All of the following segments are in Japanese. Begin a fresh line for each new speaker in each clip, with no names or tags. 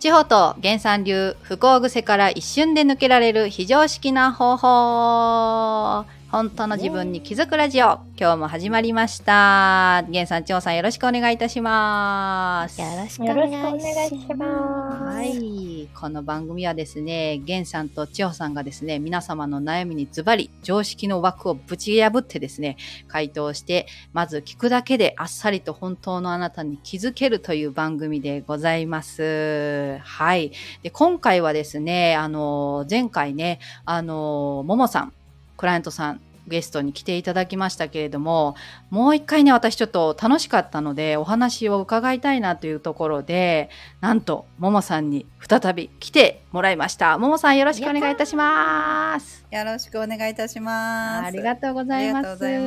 地方と原産流不幸癖から一瞬で抜けられる非常識な方法本当の自分に気づくラジオ今日も始まりました原さん千穂さんよろしくお願いいたします
よろしくお
よろしくお
願
願
い
い
し
し
ます。
ます。
は。いこの番組はですね源さんと千穂さんがですね皆様の悩みにズバリ常識の枠をぶち破ってですね回答してまず聞くだけであっさりと本当のあなたに気づけるという番組でございます。はい。で今回はですねあの前回ねあのももさんクライアントさんゲストに来ていただきましたけれどももう一回ね私ちょっと楽しかったのでお話を伺いたいなというところでなんとももさんに再び来てもらいましたももさんよろしくお願いいたします
よろしくお願いいたします。
ありがとうございます
ありが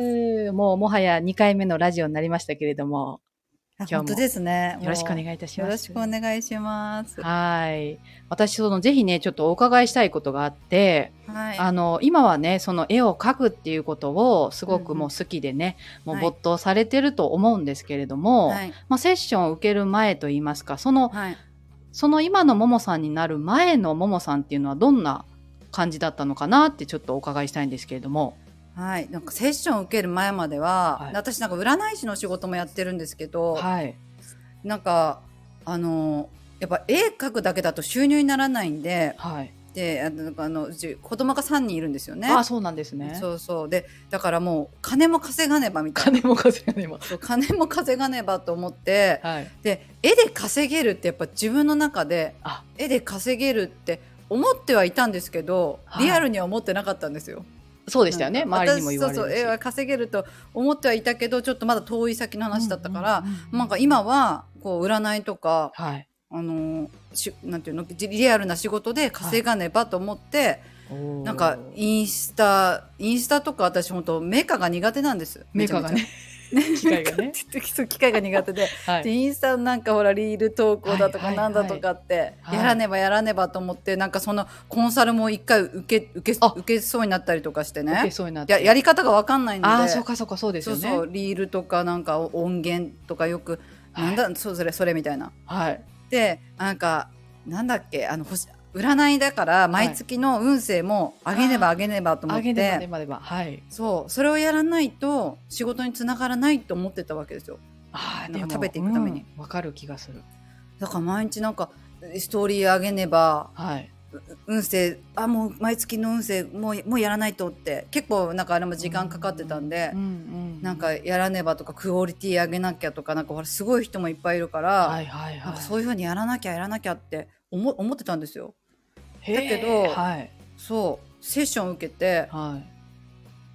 とうござ
もうもはや2回目のラジオになりましたけれども
あ
今日も
本当ですね。
よろしくお願
い
いいたし
よ
ます
ろしくお願いします。は
はい私そのぜひねちょっとお伺いしたいことがあって
い。
あの今はねその絵を描くっていうことをすごくもう好きでね、
うん
もう没頭されてると思うんですけれども、
はい。
まあ、セッションを受ける前といいますかその
はい。
その今のももさんになる前のももさんっていうのはどんな感じだったのかなってちょっとお伺いしたいんですけれども。
はい。なんかセッションを受ける前までは、
はい
私なんか占い師の仕事もやってるんですけど、
はい、
なんか、あの、やっぱ絵描くだけだと収入にならないんで、
はい
で、あの、なんかあのうち子供が3人いるんですよね。
あそうなんですね。
そうそう。で、だからもう金も稼がねばみたいな。
金も稼がねば。
そう金も稼がねばと思って、
はい、
で絵で稼げるってやっぱ自分の中で
あ
絵で稼げるって思ってはいたんですけど、
はい
リアルには思ってなかったんですよ。
そうでしたよね
なんか
周りにも言われ
私そう
る
そう
し
絵は稼げると思ってはいたけどちょっとまだ遠い先の話だったから、
うんうんうん
なんか今はこう占いとか、
はい
あのーしなんていうのじリアルな仕事で稼がねばと思って、なんかインスタインスタとか私本当メカが苦手なんです。
メカがね機械がね
めちゃめちゃ。 そう機械が苦手で
は
で
い
インスタのなんかほらリール投稿だと
は
か
いは
ないんだとかって
はい
やらねばやらねばと思ってなんかそのコンサルも一回受け受け
あ
受けそうになったりとかして
受け
ね
そうになって
ややり方がわかんないので
あーそうかそうかそうです
そう
よね
そうリールとかなんか音源とかよくなんだ、そうそれそれみたいな。
はい
でなんかなんだっけあの星占いだから毎月の運勢も上げねば上げねばと思
上
っ
げ
て、
ねばねばねばはい
そうそれをやらないと仕事につながらないと思ってたわけですよ。
あー
なんか
でも
食べていくために
うんわ、かる気がする
だから毎日なんかストーリー上げねば
はい
運勢あもう毎月の運勢もうもうやらないとって結構なんかあれも時間かかってたんで、
ん
なんかやらねばとかクオリティ上げなきゃとかなんかほらすごい人もいっぱいいるから、
はいはい
なん
は
か
い
そういうふうにやらなきゃやらなきゃって思思ってたんですよ。
へー
だけど
はい
そうセッションを受けて
はい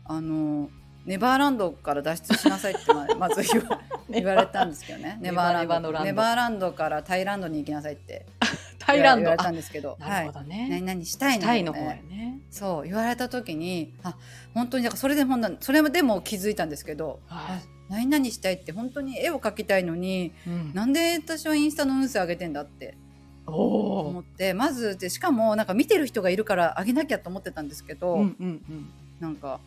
あのネバーランドから脱出しなさいってま まず言わ言われたんですけどね
ネ
ネ
バ
バ
ー
ーラン
ネバの
ド
ランド
ネバーランドからタイランドに行きなさいって
タイラン
言
ド
われた
あ
んですけど
なるほど
はい、
ね
何々したいのよ
タ
ね
イの方やね
そう言われた時にあ本当にだからそれでほんなそれでも気づいたんですけど、
はい
あ何々したいって本当に絵を描きたいのに
うん
なんで私はインスタの運勢上げてんだって
お
思
お
ってまずでしかもなんか見てる人がいるから上げなきゃと思ってたんですけど、
うんうんうん
なんか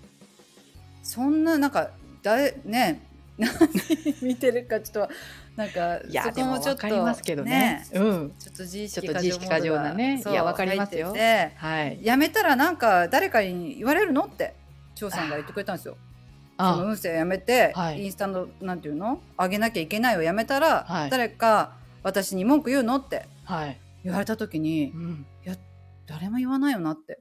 そんななんかだね 何見てるかちょっとなんか
いや
そ
で
こ
も
もちょ
わ
っと
かりますけどねうん
ちょっと自意
ち
識
ょっと自意識過剰なね
モードが
いや
そう
わかりますよ
入ってて
はい
やめたらなんか誰かに言われるのって張さんが言ってくれたんですよ。その
あ
運勢やめて、
はい
インスタのなんていうの上げなきゃいけないをやめたら、
はい
誰か私に文句言うのって
はい
言われた時に
うん
誰も言わないよなって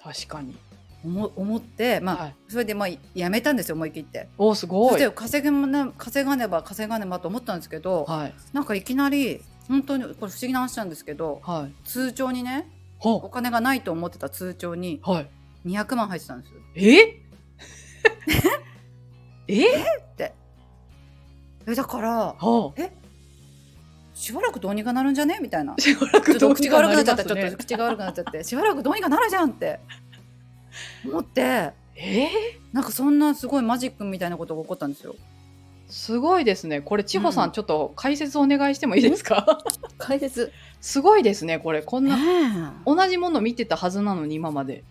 確かに
思思って、まあ
はい
それでまあやめたんですよ思い切って。
おおす
そ
ご
し
い
て稼げもな稼がねば稼がねばと思ったんですけど、
はい
なんかいきなり本当にこれ不思議な話なんですけど
はい
通帳にねお
ほ
金がないと思ってた通帳に
うはい
200万入ってたんですよ。
ええ
えだから
ほう
しばらくどうにかなるんじゃねみたいな。
しばら
ちょ
く
っと
どう
口
に
が
か
悪
な
くなっ
ります
ちゃった、ちょっ
ね
と口が悪くなっちゃってしばらくどうにかなるじゃんって思って
え
なんかそんなすごいマジックみたいなことが起こったんですよ。
すごいですね。これ、千穂さん、
うん
ちょっと解説お願いしてもいいです か
解説
すごいですね、これ。こんな、同じもの見てたはずなのに、今まで。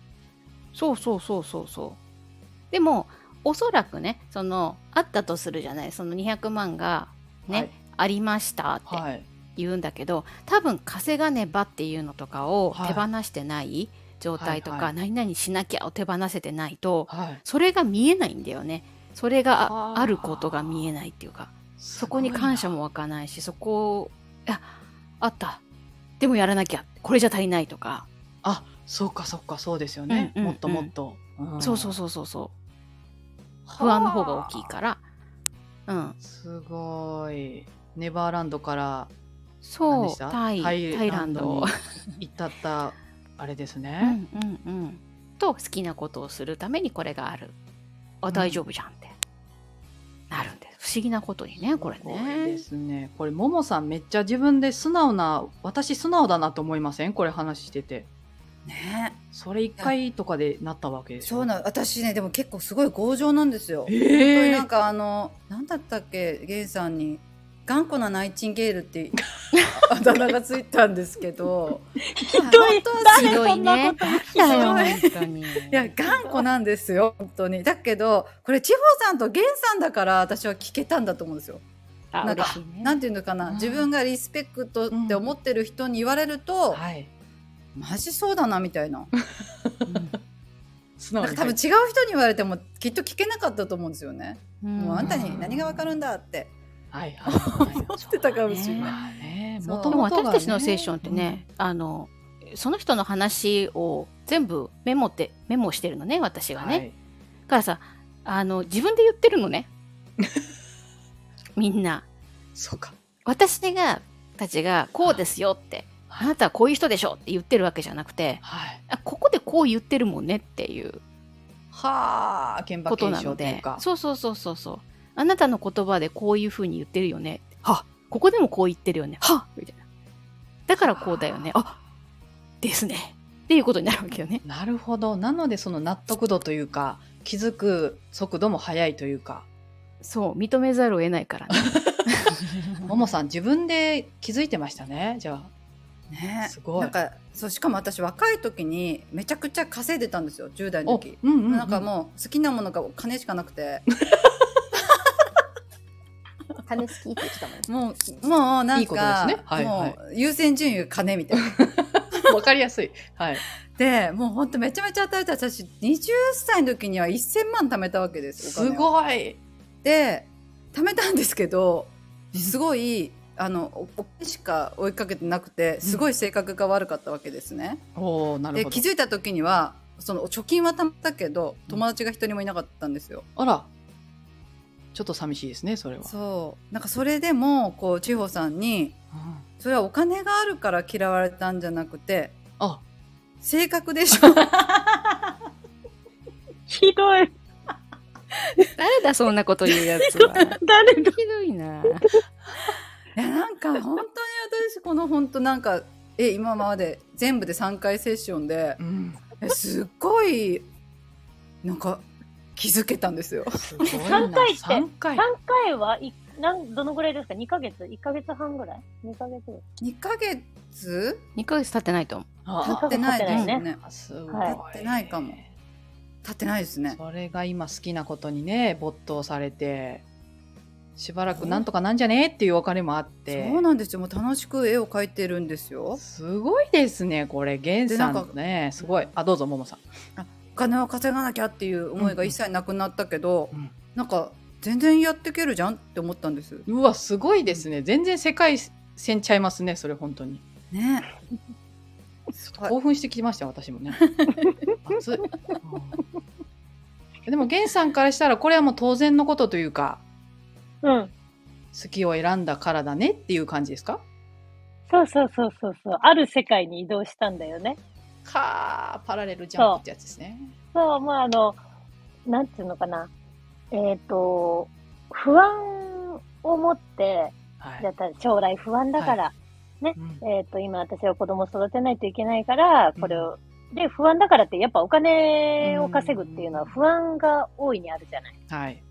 そうそうそうそうそう。でもおそらくねそのあったとするじゃないその200万がね、
はい
ありましたって、
はい。
言うんだけど多分稼がねばっていうのとかを
はい
手放してない状態とか、
はいはい
何々しなきゃを手放せてないと
はい。
それが見えないんだよねそれが
はあ
ああることが見えないっていうかそ
そ
こに感謝も湧かないしそこをああったでもやらなきゃこれじゃ足りないとか、
あ、そうかそうかそうですよね。
うんうんうん
もっともっと。
そうそ
そ
うそうそうそう
うん。
不安の方が大きいから、うん、
すごい。ネバーランドから何
そ
で
う
した
タイタイランド
に行ったったあれです
う
ね。
んうんうん、と好きなことをするためにこれがあるあ大丈夫じゃんって、なるんです不思議なことにねこれ
すごいで
ね
すね。これももさんめっちゃ自分で素直な私素直だなと思いません？これ話してて。
ね
それ一回とかでなったわけですよ
そうなの私ねでも結構すごい強情なんですよ。本当に
ええ
なんかあのなんだったっけゲイさんに「頑固なナイチンゲール」ってあだ名がついたんですけどひどい
ひどいねだよ
ひ
本当に
いや頑固なんですよ本当にだけどこれ地方さんと源さんだから私は聞けたんだと思うんですよ。
あ
なんか
嬉しいね
なんていうのかな、
うん
自分がリスペクトって思ってる人に言われると、
はい。
マジそうだなみたいな
素直
なんか
に
多分違う人に言われてもきっと聞けなかったと思うんですよね。
うん
もうあんたに何がわかるんだって
はいはいはい。
思ってたかもしれない。
まあね、
そ
も
う
で
と
も
もと
私たちのセッションってね、あのその人の話を全部メモってメモしてるのね私がね、
はい
だからさあの自分で言ってるの ねみんな
そうか。
私がたちがこうですよってあなたはこういう人でしょって言ってるわけじゃなくて
はい。
あここでこう言ってるもんねっていう
はあ、現場
こと
検証
なの
という
で
か。
そうそうそうそうそうあなたの言葉でこういうふうに言ってるよねはここでもこう言ってるよねはみたいなだからこうだよねあですねっていうことになるわけよね
なるほど。なので、その納得度というか、気づく速度も速いというか。
そう認めざるを得ないからね
ももさん、自分で気づいてましたね。じゃあ。
ね、
すごい
なんかそうしかも私若い時にめちゃくちゃ稼いでたんですよ10代の
お、
時、
うんうん、うん。
なんかもう好きなものがお金しかなくて
金好きって言ってたもんね。
もうもうなんか
いいことですねはいはい
もう優先順位が金みたいな。
う、わかりやすい。はい。
でもうほんとめちゃめちゃ働いてた私20歳の時には1000万貯めたわけです
す
い
ごい。
で貯めたんですけどすごいあのおお金しか追いかけてなくてすごい性格が悪かったわけですね。
おお、なる
で
ほ
気
ど。
づいた時にはその貯金は貯まったけど友達が一人もいなかったんですよ。
あら。ちょっと寂しいですね、それは。
そうなんかそれでもこう千穂さんに
うん
それはお金があるから嫌われたんじゃなくて
あ、
性格でしょ
ひどい。
誰だそんなこと言うやつ は
誰
ひどいない
やなんか本当に私この本当なんかえ今まで全部で3回セッションで
うん。
えすっごいなんか気づけたんですよ。
すごいな。
三回って
三回。
3回はいなんどのぐらいですか ?2 ヶ月 ?1 ヶ月半ぐらい ?2 ヶ月
2ヶ月
2ヶ月経ってないと思う
あ
経ってないです
経ってない
ね。
あすごい。
はい
経ってないかも経ってないですね。
それが今好きなことにね没頭されてしばらくなんとかなんじゃねっていう別れもあって
そうなんですよ。もう楽しく絵を描いてるんですよ。
すごいですねこれ源さんのねすごいあどうぞももさん
お金は稼がなきゃっていう思いが一切なくなったけど、
うんうん
なんか全然やってけるじゃんって思ったんです。
うわすごいですね全然世界線ちゃいますねそれ本当に
ね。はい
興奮してきましたよ私もね熱い、うんでも源さんからしたらこれはもう当然のことというか
うん。
好きを選んだからだねっていう感じですか
そうそうそうそうそう。ある世界に移動したんだよね。
かーパラレルジャンプってやつですね
そう、まああの、なんていうのかな。えっ、と、不安を持って、
は
じゃ
い、
あ将来不安だから、
うん
えっ、と、今私は子供育てないといけないから、これを、で、不安だからって、やっぱお金を稼ぐっていうのは不安が大いにあるじゃない。
はい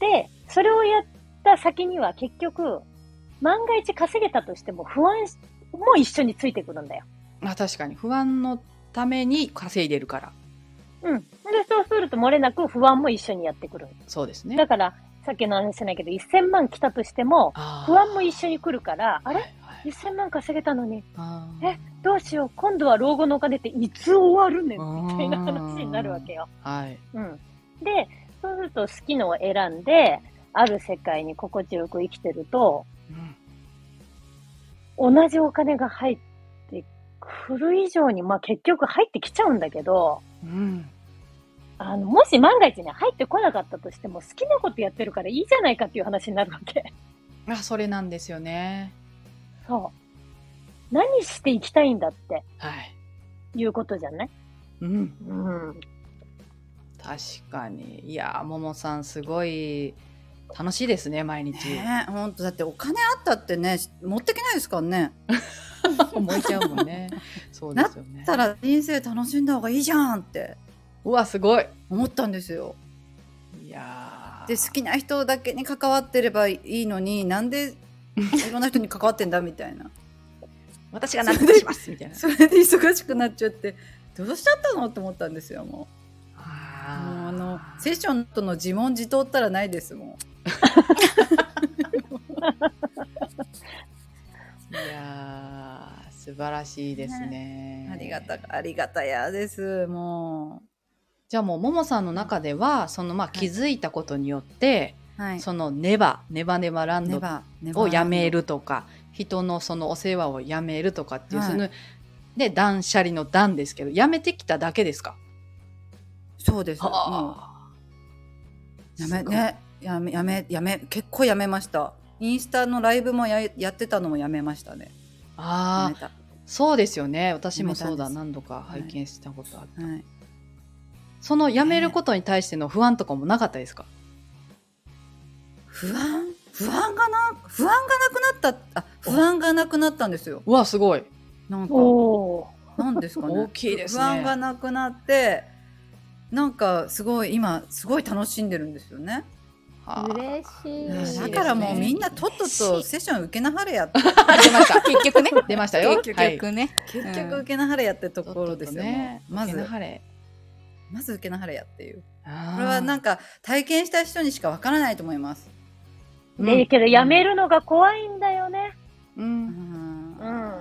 で、それをやった先には結局、万が一稼げたとしても不安も一緒についてくるんだよ。
まあ確かに不安のために稼いでるから
うん。で、そうすると漏れなく不安も一緒にやってくる。
そうですね
だから、さっきの話じゃないけど、1000万来たとしても、不安も一緒に来るから、あれ ?1000 万稼げたのに、
緒
えどうしよう、今度は老後のお金っていつ終わるね
うんん
みたいな話になるわけよ。
はい。
うん。で、そうすると好きのを選んで、ある世界に心地よく生きてると、同じお金が入ってくる以上に、まあ結局入ってきちゃうんだけど、
うん。
あの、もし万が一ね、入ってこなかったとしても、好きなことやってるからいいじゃないかっていう話になるわけ。
あ、それなんですよね。
そう。何していきたいんだって
はい。
いうことじゃない
うん。
うん。
確かに。いやー、ももさん、すごい楽しいですね、毎日。
ねえほんとだってお金あったってね持ってけないですからね
思いちゃうもん ね。そうですよね
だっ。たら人生楽しんだ方がいいじゃんって
うわ、すごい。
思ったんですよ
いやー
で好きな人だけに関わってればいいのになん でいろんな人に関わってんだみたいな
私が納得しますみたいな。
それで忙しくなっちゃってどうしちゃったのって思ったんですよもうもう
あ
あのセッションとの自問自答ったらないですもん
いやー素晴らしいですね。
ありがたありがたやですも
じゃあもうももさんの中ではそのまあ気づいたことによって、
うはい
そのネバネバネバラン
ネ
ド
バネバ
をやめるとか人のそのお世話をやめるとかっていう、
はい
そので断捨離の断ですけどやめてきただけですか。
そうですも
は
うやめ
すごい
ねやめやめやめ結構やめましたインスタのライブもややってたのもやめましたねや
あ
め
ー
た
そうですよね私もそうだ
やめたんです
何度か拝見したことある、
はい
そのやめることに対しての不安とかもなかったですか、
不安不安がな不安がなくなったあ不安がなくなったんですよ
うわすごい
なんか
おー。
なんですかね
大きいですね
不安がなくなってなんかすごい今すごい楽しんでるんですよね
はあ
嬉しい。
嬉しいです
だ
ね
からもうみんなとっとと
嬉しい
セッション受けなはれやって
出ました。結 局ね。
出ましたよ
結
はい
局ね。
結局受けなはれやってところですよ、ね、ま
まず
ず
晴れ
まず受けなはれやっていう
こ
これはなんんか体験した人にしかわからないと思います
うん
で、けど辞めるのが怖いんだよね。
うん
うん
うん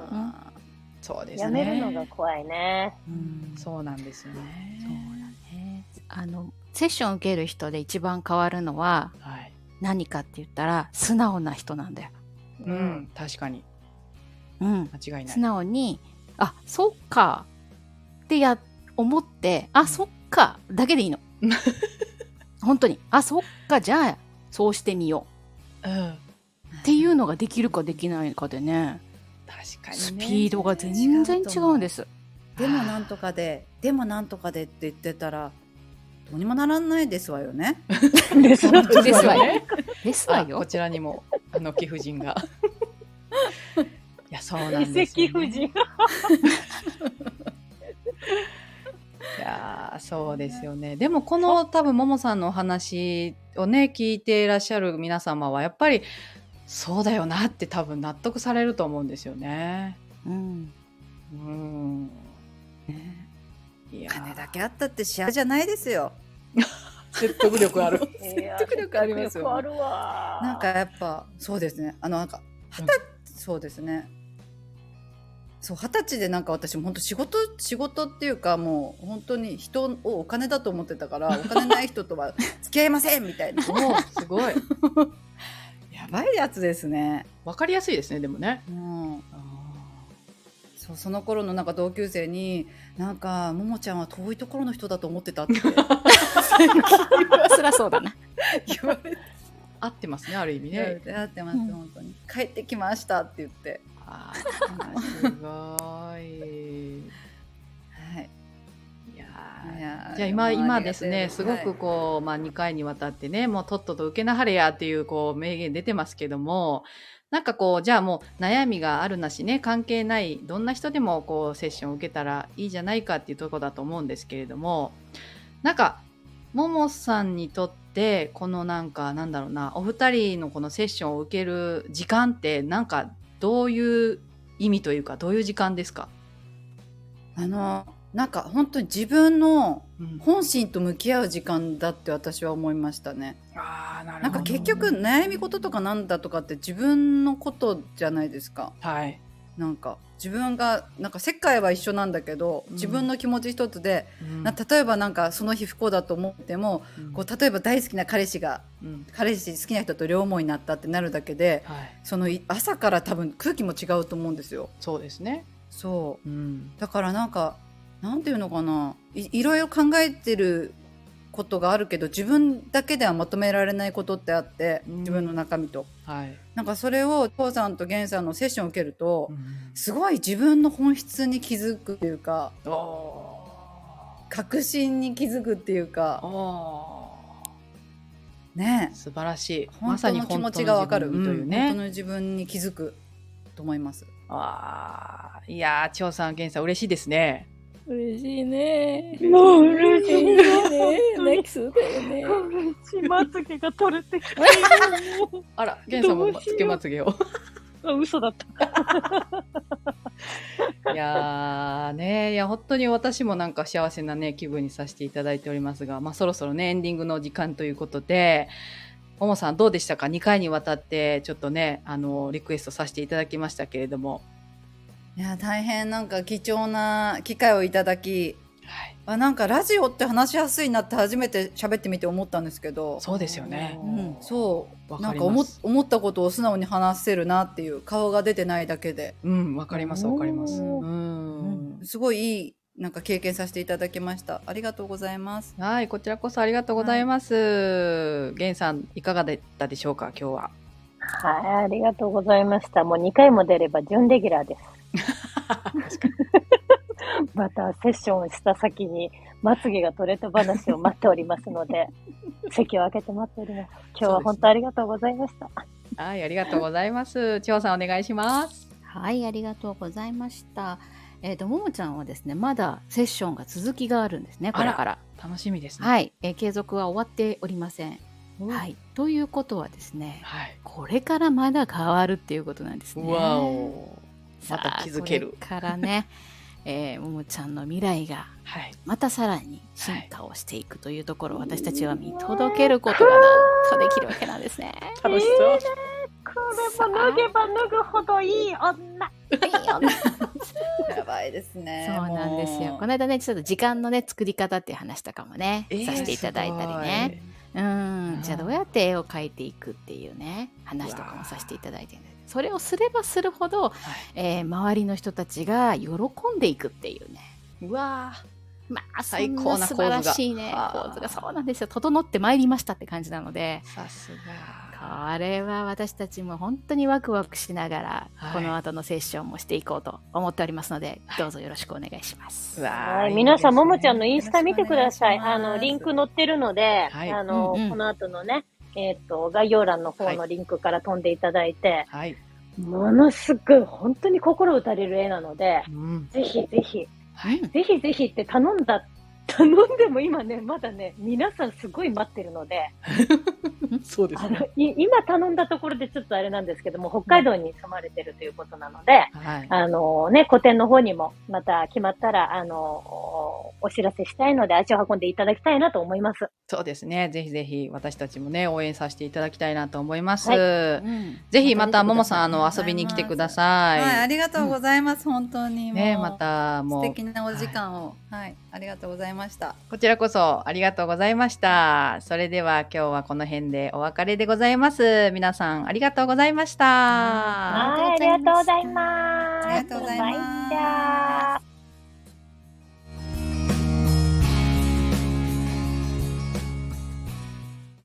そうです
辞
ね。
めるのが怖いね。
うん
そうなんですよね。
そうだね。あの、セッション受ける人で一番変わるのは
はい。
何かって言ったら素直な人なんだよ。
う。ん、確かに
うん。
間違いない
素。直に、あ、そっかってや、思って、あ、そっかだけでい いの。本当に。あ、そっか、じゃあ、そうしてみよ
うん、
う。っていうのができるかできないかでね、
確かにね。
スピードが全然違うんです。
でもなんとかででもなんとかでって言ってたらどうにもならないですわよね
ですわよ
ですわよ。
ね。
ですわ
あ
よ
こ。ちらにもあの貴婦人が。いやそうなん
遺
ですよ、ね。
跡夫人。
いやーそうですよね。でもこの多分ももさんのお話をね聞いていらっしゃる皆様はやっぱりそうだよなって多分納得されると思うんですよね。
うん。
うん。い
お
やー
金だけあったって幸せじゃないですよ
説得力あ る。
説
得力ありますよ
あるわ。
なんか、やっぱそうですねあのなんか
う
二
ん
十そうですねそう二十歳でなんか私も本当仕事仕事っていうかもう本当に人をお金だと思ってたからお金ない人とは付き合いませんみたいな
もうすごい。
やばいやつですね
わかりやすいですね、でもね。
もうそうその頃のなんか同級生になんかももちゃんは遠いところの人だと思ってたって
そりゃそうだな。
言われて
合ってますね、ある意味
言われ
ね。
てあってます、
うん
本当に帰ってきましたって言って
あー すごい。
はい
いや
い
ー
やー
じゃあ今
もう
今
あり
で
が
す
たい
ね、すご
はい
くこう、まあ、2回にわたってね、もうとっとと受けなはれやっていうこう名言出てますけども、なんかこう、じゃあもう悩みがあるなしね、関係ない、どんな人でもこうセッションを受けたらいいじゃないかっていうところだと思うんですけれども、なんか、ももさんにとって、このなんか、なんだろうな、お二人のこのセッションを受ける時間って、なんかどういう意味というか、どういう時間ですか
あのなんか本当に自分の
ううん
本心と向き合う時間だって私は思いましたね。
ああ、なるほど。
なんか結局悩み事とかなんだとかって自分のことじゃないですか。
はい。
なんか自分がなんか世界は一緒なんだけど
うん
自分の気持ち一つで、
うん
な例えばなんかその日不幸だと思ってもこう例えば大好きな彼氏が
うん
彼氏好きな人と両思いになったってなるだけで
はい。
そのい朝から多分空気も違うと思うんですよ。
そうですね。
そう
うん。
だからなんかなんていうのかないいろいろ考えてることがあるけど自分だけではまとめられないことってあって
うん
自分の中身と、
はい。
なんかそれを父さんと源さんのセッションを受けると、
うん
すごい自分の本質に気づくっていうか
お
確信に気づくっていう
ー
か
お
ね
ー。素晴らしい。
本
まさ
当
に
の気
本当
持
の
ちがわかる、
自分という
うん本当
ね。
の自分に気づくと思います
ああ、いやー、張さん、源さん、嬉しいですね。
嬉しいね。
もう嬉しいね本当に
泣きそうだよね。
まつげが取れてきて
あら、源さんも
ど
ま
うし
つ
よう
けまつげを。
あ嘘だった。
いやーね、いや、本当に私もなんか幸せなね、気分にさせていただいておりますが、まあ、そろそろね、エンディングの時間ということで、ももさんどうでしたか ?2 回にわたって、ちょっとね、あの、リクエストさせていただきましたけれども。
いや大変なんか貴重な機会をいただき
はい。
あなんかラジオって話しやすいなって初めて喋ってみて思ったんですけど
そうですよね。
うん、そう
わ
な
か
ん
り
か
ま
思
す。
思ったことを素直に話せるなっていう顔が出てないだけで、
うん、わかります、わかります。
お
う
ー
ん。
すごいいいなんか経験させていただきましたありがとうございます
はい、こちらこそありがとうございます。ゲンさん、いかがだったでしょうか、今日は。
はい、ありがとうございました。もう2回も出れば準レギュラーです。またセッションをした先にまつげが取れた話を待っておりますので、席を空けて待っております。今日は本当ありがとうございました。
はい、ありがとうござい ます。千穂さん、お願いします。
はい、ありがとうございました。えっ、と、ももちゃんはですね、まだセッションが続きがあるんですね、これから。
楽しみですね。
はい、えー継続は終わっておりません。
うん
はい、ということはですね、
はい。
これからまだ変わるっていうことなんですね。
わお。また
さあ
気づける
これからね、 えーももちゃんの未来が
はい。
またさらに進化をしていくというところを私たちは見届けることがなんとできるわけなんですね。
楽しそう。
これも脱げば脱ぐほどいい女。
いいよね
やばいですね
そうなんですよ。
もう
この間ね、ちょっと時間のね、作り方っていう話とかもね、
えー
させていただいたりね。。うん。じゃあどうやって絵を描いていくっていうね、話とかもさせていただいてるんでそれをすればするほど、えー周りの人たちが喜んでいくっていうね。
すごい。うわー
まあ、そ
最
ん
高
な
な
素
構図
晴
が
らしいね、
はあ
構図が。そうなんですよ。整ってまいりましたって感じなので。
さすが。
これは私たちも本当にワクワクしながら、
はい
この後のセッションもしていこうと思っておりますので、
はい
どうぞよろしくお願いします。
は
はい、皆さん、ももちゃんの
い
インスタ見てください。
よろしくお願
あ
いします
の、リンク載ってるので、
はい
あの、
うんうん
この後のね、えっ、と、概要欄の方
は
のリンクから飛んでいただい
で
て、
すね。はい。
ものすごい本当に心打たれる絵なので
う、ん。
ぜひぜひ、
はい。
ぜひぜひって頼んだ、 頼んでも今ね、まだね、皆さんすごい待ってるので、
そうで
あの。い今頼んだところでちょっとあれなんですけども、北海道に住まれてるということなので、
はい。
あのね、個展の方にもまた決まったら、あの、おお知らせしたいので足を運んでいただきたいなと思います。
そうですね。ぜひぜひ私たちもね、応援させていただきたいなと思います。
は
うん
ぜひまた、
また
も
ね
もさん、あの、遊びに来てください。
はいありがとうございます、本当にもう
ね、また、
素
もう、
敵なお時間をはい、ありがとうございました
こちらこそありがとうございました。それでは今日はこの辺でお別れでございます。皆さんありがとうございました。
は
はい、ありがとうございます。
ありがとうございます
バイチャー